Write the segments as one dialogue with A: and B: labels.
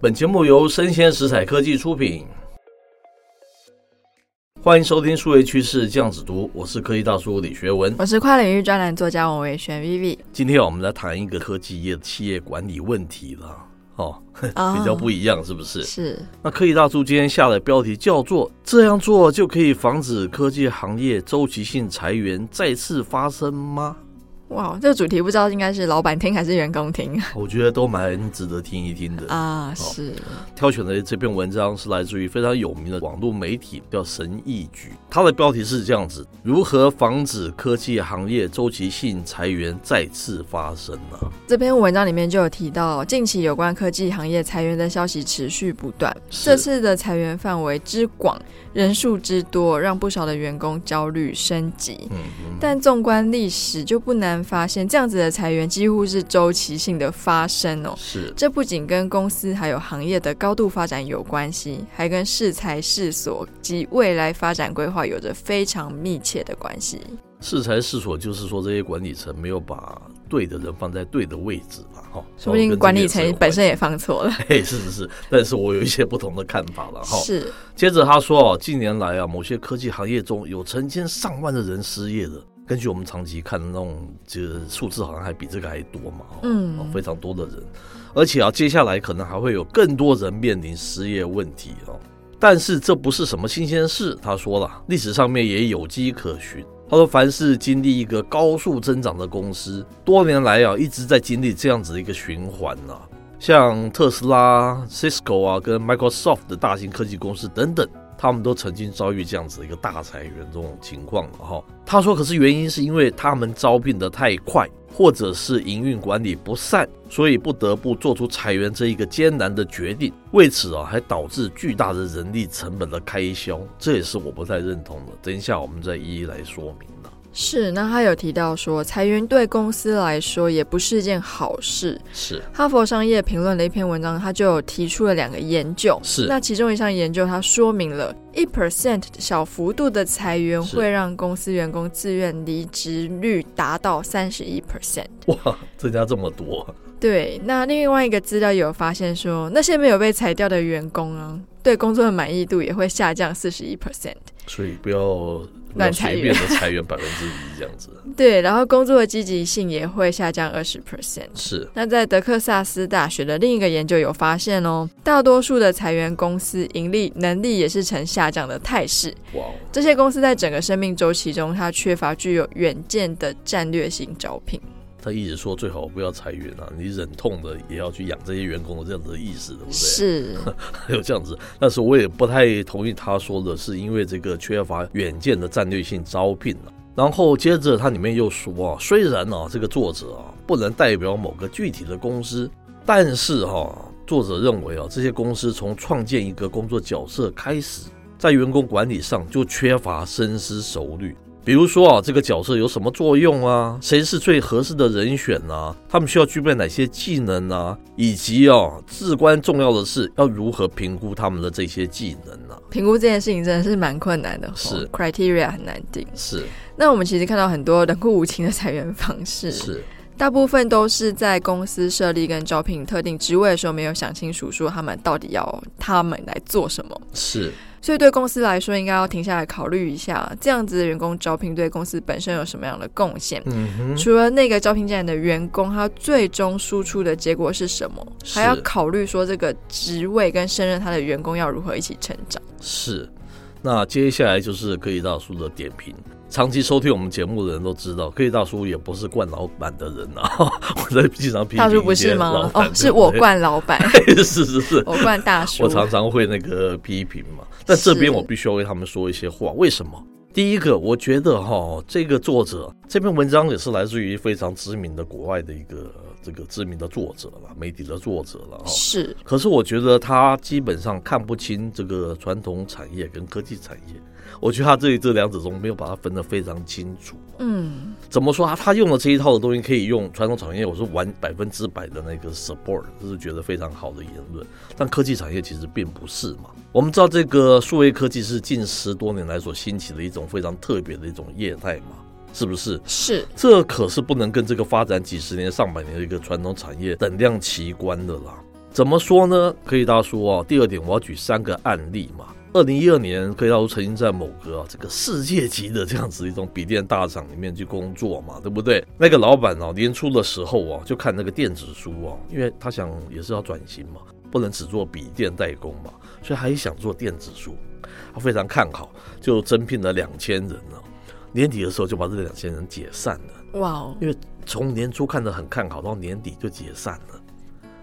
A: 本节目由生鲜食材科技出品，欢迎收听数位趋势酱子读，我是科技大叔李学文。
B: 我是跨领域专栏作家王伟轩 Vivi，
A: 今天我们来谈一个科技业企业管理问题了，哦， 比
B: 比
A: 较不一样，是不是？
B: 啊是
A: 那科技大叔今天下的标题叫做“这样做就可以防止科技行业周期性裁员再次发生吗
B: 哇，这个主题不知道应该是老板听还是员 工听？”
A: 我觉得都蛮值得听一听的。
B: 啊？是
A: 挑选的这篇文章是来自于非常有名的网络媒体，叫《神意局》，它的标题是这样子：如何防止科技行业周期性裁员再次发生呢、
B: 这篇文章里面就有提到，近期有关科技行业裁员的消息持续不断，
A: 是
B: 这次的裁员范围之广，人数之多，让不少的员工焦虑升级。
A: 嗯嗯，
B: 但纵观历史，就不难发现，这样子的裁员几乎是周期性的发生哦。
A: 是
B: 这不仅跟公司还有行业的高度发展有关系，还跟适才适所及未来发展规划有着非常密切的关系。
A: 哦适才适所，就是说这些管理层没有把对的人放在对的位置吧？哈、哦，
B: 说不定管理层本
A: 身。
B: 身也放错 了。
A: 嘿，是是是，但是我有一些不同的看法了哈。
B: 是
A: 接着他说哦，近年来啊，某些科技行业中有成千上万的人失业了。根据我们长期看的那种，就是数字好像还比这个还多嘛，哦
B: 嗯
A: 哦非常多的人，而且啊，接下来可能还会有更多人面临失业问题哦。但是这不是什么新鲜事，他说了，历史上面也有迹可循。他说，凡是经历一个高速增长的公司，多年来啊一直在经历这样子的一个循环啊，像特斯拉、Cisco 啊，跟 Microsoft 的大型科技公司等等，他们都曾经遭遇这样子一个大裁员这种情况了哈。他说，可是原因是因为他们招聘的太快，或者是营运管理不善，所以不得不做出裁员这一个艰难的决定。为此啊，还导致巨大的人力成本的开销，这也是我不太认同的。等一下我们再一一来说明了。
B: 是，那他有提到说，裁员对公司来说也不是件好事。
A: 是
B: 哈佛商业评论的一篇文章，他就有提出了两个研究。
A: 是
B: 那其中一项研究，它说明了一 percent 小幅度的裁员
A: 是
B: 会让公司员工自愿离职率达到三十一 percent。
A: 哇，增加这么多，
B: 对，那另外一个资料有发现说，那些没有被裁掉的员工啊，对工作的满意度也会下降四十一 percent。
A: 所以不要不要
B: 乱裁
A: 随
B: 员
A: 便的裁员百分之一这样子。
B: 对，然后工作的积极性也会下降二十 percent。
A: 是
B: 那在德克萨斯大学的另一个研究有发现哦，大多数的裁员公司盈利能力也是呈下降的态势。
A: 哇哦，
B: 这些公司在整个生命周期中，它缺乏具有远见的战略性招聘。
A: 他一直说最好不要裁员啊，你忍痛的也要去养这些员工的这样子的意思，对不对？
B: 是，
A: 还 有这样子，但是我也不太同意他说的是因为这个缺乏远见的战略性招聘了、然后接着他里面又说啊，虽然呢、这个作者啊不能代表某个具体的公司，但是哈、作者认为啊这些公司从创建一个工作角色开始，在员工管理上就缺乏深思熟虑。比如说啊，这个角色有什么作用啊？谁是最合适的人选啊？他们需要具备哪些技能啊？以及哦，至关重要的是要如何评估他们的这些技能啊？
B: 评估这件事情真的是蛮困难的哦，
A: 是
B: criteria 很难定。
A: 是
B: 那我们其实看到很多冷酷无情的裁员方式，
A: 是
B: 大部分都是在公司设立跟招聘特定职位的时候，没有想清楚说他们到底要他们来做什么。
A: 是
B: 所以对公司来说，应该要停下来考虑一下，这样子的员工招聘对公司本身有什么样的贡献。
A: 嗯哼，
B: 除了那个招聘进来的员工，他最终输出的结果是什么，
A: 是
B: 还要考虑说这个职位跟胜任他的员工要如何一起成长。
A: 是。那接下来就是科技大叔的点评。长期收听我们节目的人都知道，科技大叔也不是惯老板的人啊。 我在经常批评
B: 大叔不
A: 一些
B: 是
A: 老
B: 吗？
A: 板
B: 哦，是我，惯老板，
A: 对不对是是是，
B: 我惯大叔。
A: 我常常会那个批评嘛。但这边
B: 是
A: 我必须要为他们说一些话，为什么？第一个，我觉得哈、这个作者这篇文章也是来自于非常知名的国外的一个这个知名的作者了，媒体的作者了哈、
B: 是
A: 可是我觉得他基本上看不清这个传统产业跟科技产业，我觉得他这这两者中没有把它分得非常清楚。
B: 嗯，
A: 怎么说啊？他用的这一套的东西可以用传统产业，我是完百分之百的那个 support，这是觉得非常好的言论。但科技产业其实并不是嘛。我们知道这个数位科技是近十多年来所兴起的一种非常特别的一种业态嘛，是不是？
B: 是
A: 这可是不能跟这个发展几十年、上百年的一个传统产业等量齐观的啦。怎么说呢？科技大叔啊，第二点我要举三个案例嘛。二零一二年，科技大叔曾经在某个啊这个世界级的这样子一种笔电大厂里面去工作嘛，对不对？那个老板哦、年初的时候啊，就看那个电子书啊，因为他想也是要转型嘛，不能只做笔电代工嘛，所以他也想做电子书，他非常看好，就增聘了两千人呢、年底的时候就把这两千人解散了。
B: 哇哦，
A: 因为从年初看得很看好，到年底就解散了。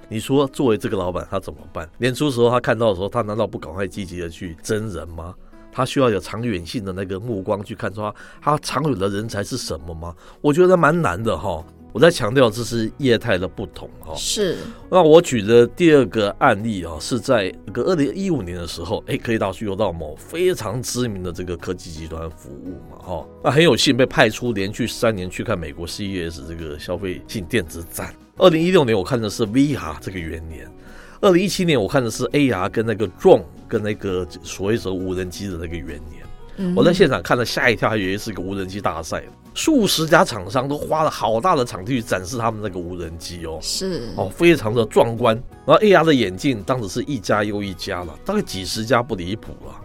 A: 你说作为这个老板，他怎么办？年初时候他看到的时候，他难道不赶快积极的去增人吗？他需要有长远性的那个目光去看出他他长远的人才是什么吗？我觉得蛮难的哈。我在强调这是业态的不同哈。
B: 是
A: 那我举的第二个案例啊，是在那个二零一五年的时候，哎，科技大叔又到某非常知名的这个科技集团服务嘛，哈、哦，那很有幸被派出连续三年去看美国 CES 这个消费性电子展。二零一六年我看的是 VR 这个元年，二零一七年我看的是 AR 跟那个 drone 跟那个所谓的无人机的那个元年。
B: 嗯
A: 我在现场看了吓一跳，还以为是一个无人机大赛，数十家厂商都花了好大的场地去展示他们那个无人机哦。
B: 是
A: 哦，非常的壮观。然后 AR 的眼镜当时是一家又一家了，大概几十家不离谱了。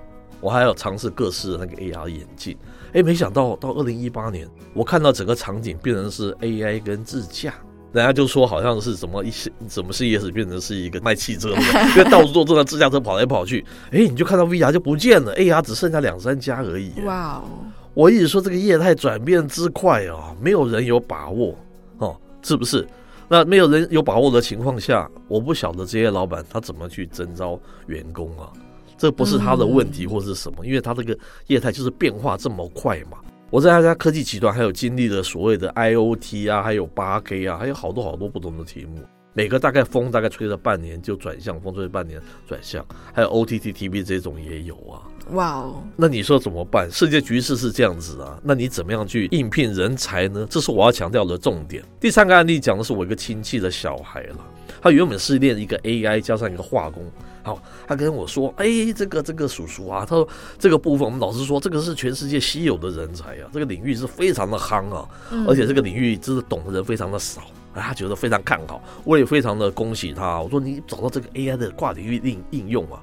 A: 我还有尝试各式的那个 AR 眼镜，哎，没想到到二零一八年，我看到整个场景变成是 AI 跟自驾。人家就说好像是什么一些什么 CES 变成是一个卖汽车的， 因为到处都这辆自驾车跑来跑去，哎，你就看到 VR 就不见了，AR 只剩下两三家而已。
B: 哇哦，
A: 我一直说这个业态转变之快啊，没有人有把握哦，是不是？那没有人有把握的情况下，我不晓得这些老板他怎么去征招员工啊，这不是他的问题或是什么，因为他这个业态就是变化这么快嘛。我在那家科技集团还有经历了所谓的 IOT 啊，还有八 K 啊，还有好多好多不同的题目。每个大概风大概吹了半年就转向，风吹半年转向，还有 OTT TV 这种也有啊。
B: 哇哦，
A: 那你说怎么办？世界局势是这样子啊，那你怎么样去应聘人才呢？这是我要强调的重点。第三个案例讲的是我一个亲戚的小孩了，他原本是练一个 AI 加上一个化工。好，他跟我说，哎，这个这个叔叔啊，他说这个部分我们老师说，这个是全世界稀有的人才啊，这个领域是非常的夯啊，而且这个领域真的懂的人非常的少。啊，他觉得非常看好，我也非常的恭喜他。啊我说你找到这个 AI 的跨领域应应用啊，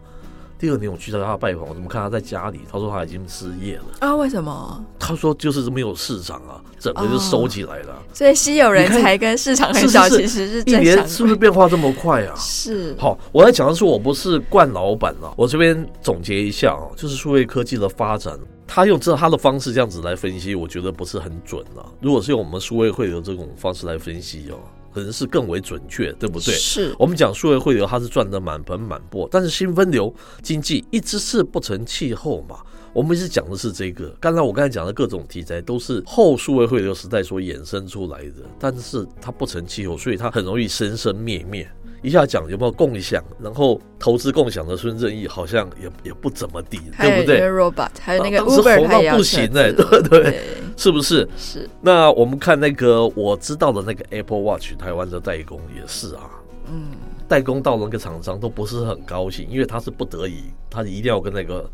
A: 第二年我去他家拜访，我怎么看他在家里？他说他已经失业了。
B: 啊，为什么？
A: 他说就是没有市场啊，整个就收起来了。
B: 所以稀有人
A: 你看
B: 才跟市场很小，
A: 是是
B: 其实是
A: 一
B: 正常
A: 年
B: 的
A: 是不是变化这么快啊？
B: 是
A: 好，我要讲的是，我不是惯老板了、我这边总结一下啊，就是数位科技的发展，他用这他的方式这样子来分析，我觉得不是很准啊。如果是用我们数位会的这种方式来分析哦、可能是更为准确，对不对？
B: 是
A: 我们讲数位汇流，它是赚得满盆满钵，但是新分流经济一直是不成气候嘛。我们一直讲的是这个，刚才我刚才讲的各种题材都是后数位汇流时代所衍生出来的，但是它不成气候，所以它很容易生生灭灭。一下讲有没有共享，然后投资共享的孙正义好像也也不怎么地，
B: 还
A: 对
B: 有
A: 不
B: 一个
A: 对？
B: robot，还有那个
A: 当时
B: Uber，
A: 红
B: 它
A: 到
B: 也要
A: 不行
B: 呢、
A: 哎、对对
B: 对，
A: 是不是？
B: 是
A: 那我们看那个我知道的那个 Apple Watch 台湾的代工也是啊，
B: 嗯，
A: 代工到那个厂商都不是很高兴，因为他是不得已，他一定要跟那个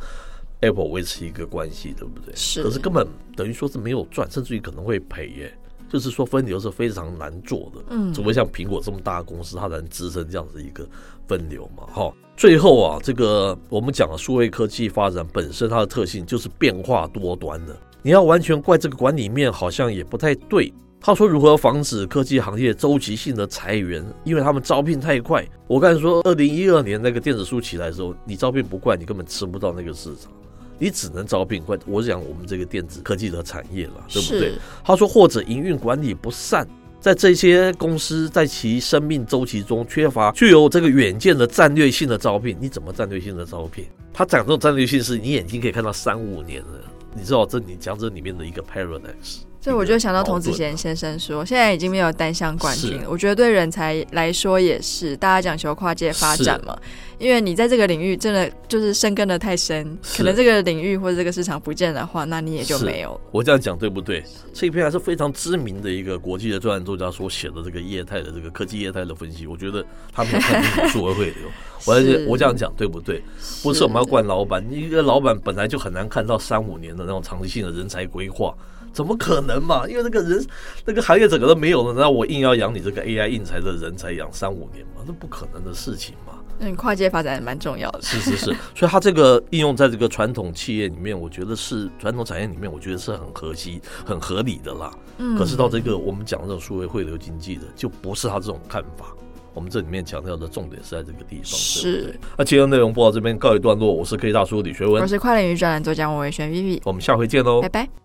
A: Apple 维持一个关系，对不对？
B: 是
A: 可是根本等于说是没有赚，甚至于可能会赔耶。就是说分流是非常难做的，
B: 嗯
A: 除非像苹果这么大的公司，它能支撑这样子一个分流嘛，哈。最后啊，这个我们讲的数位科技发展本身它的特性就是变化多端的，你要完全怪这个管理面好像也不太对。他说如何防止科技行业周期性的裁员，因为他们招聘太快。我刚才说，二零一二年那个电子书起来的时候，你招聘不快，你根本吃不到那个市场，你只能招聘快。我讲我们这个电子科技的产业了，对不对？
B: 是
A: 他说，或者营运管理不善，在这些公司在其生命周期中缺乏具有这个远见的战略性的招聘。你怎么战略性的招聘？他讲这种战略性是你眼睛可以看到三五年的，你知道这你讲这里面的一个 paradox。
B: 所以我就想到童子
A: 贤。
B: 贤先生说，现在已经没有单项冠军
A: 是
B: 了。我觉得对人才来说也是，大家讲求跨界发展嘛，因为你在这个领域真的就是深耕的太深，
A: 是
B: 可能这个领域或者这个市场不见的话，那你也就是没有了。
A: 我这样讲对不对？这篇还是非常知名的一个国际的专栏作家所写的这个业态的这个科技业态的分析，我觉得他没有看清楚数位汇流。我还是
B: 是
A: 我这样讲对不对？不是我们要
B: 是
A: 惯老板，一个老板本来就很难看到三五年的那种长期性的人才规划，怎么可能嘛？因为那个人那个行业整个都没有了，那我硬要养你这个 AI 硬才的人才养三五年嘛，那不可能的事情嘛。
B: 嗯，跨界发展蛮重要的。
A: 是是 是，所以它这个应用在这个传统企业里面，我觉得是传统产业里面，我觉得是很合惜、很合理的啦。
B: 嗯，
A: 可是到这个我们讲这种数位汇流经济的，就不是他这种看法。我们这里面强调的重点是在这个地方。对不对
B: 是，
A: 那今天内容播到这边告一段落，我是 K 大叔李学文
B: 我，是跨领域专栏作家王维轩 Vivi，
A: 我们下回见喽，
B: 拜拜。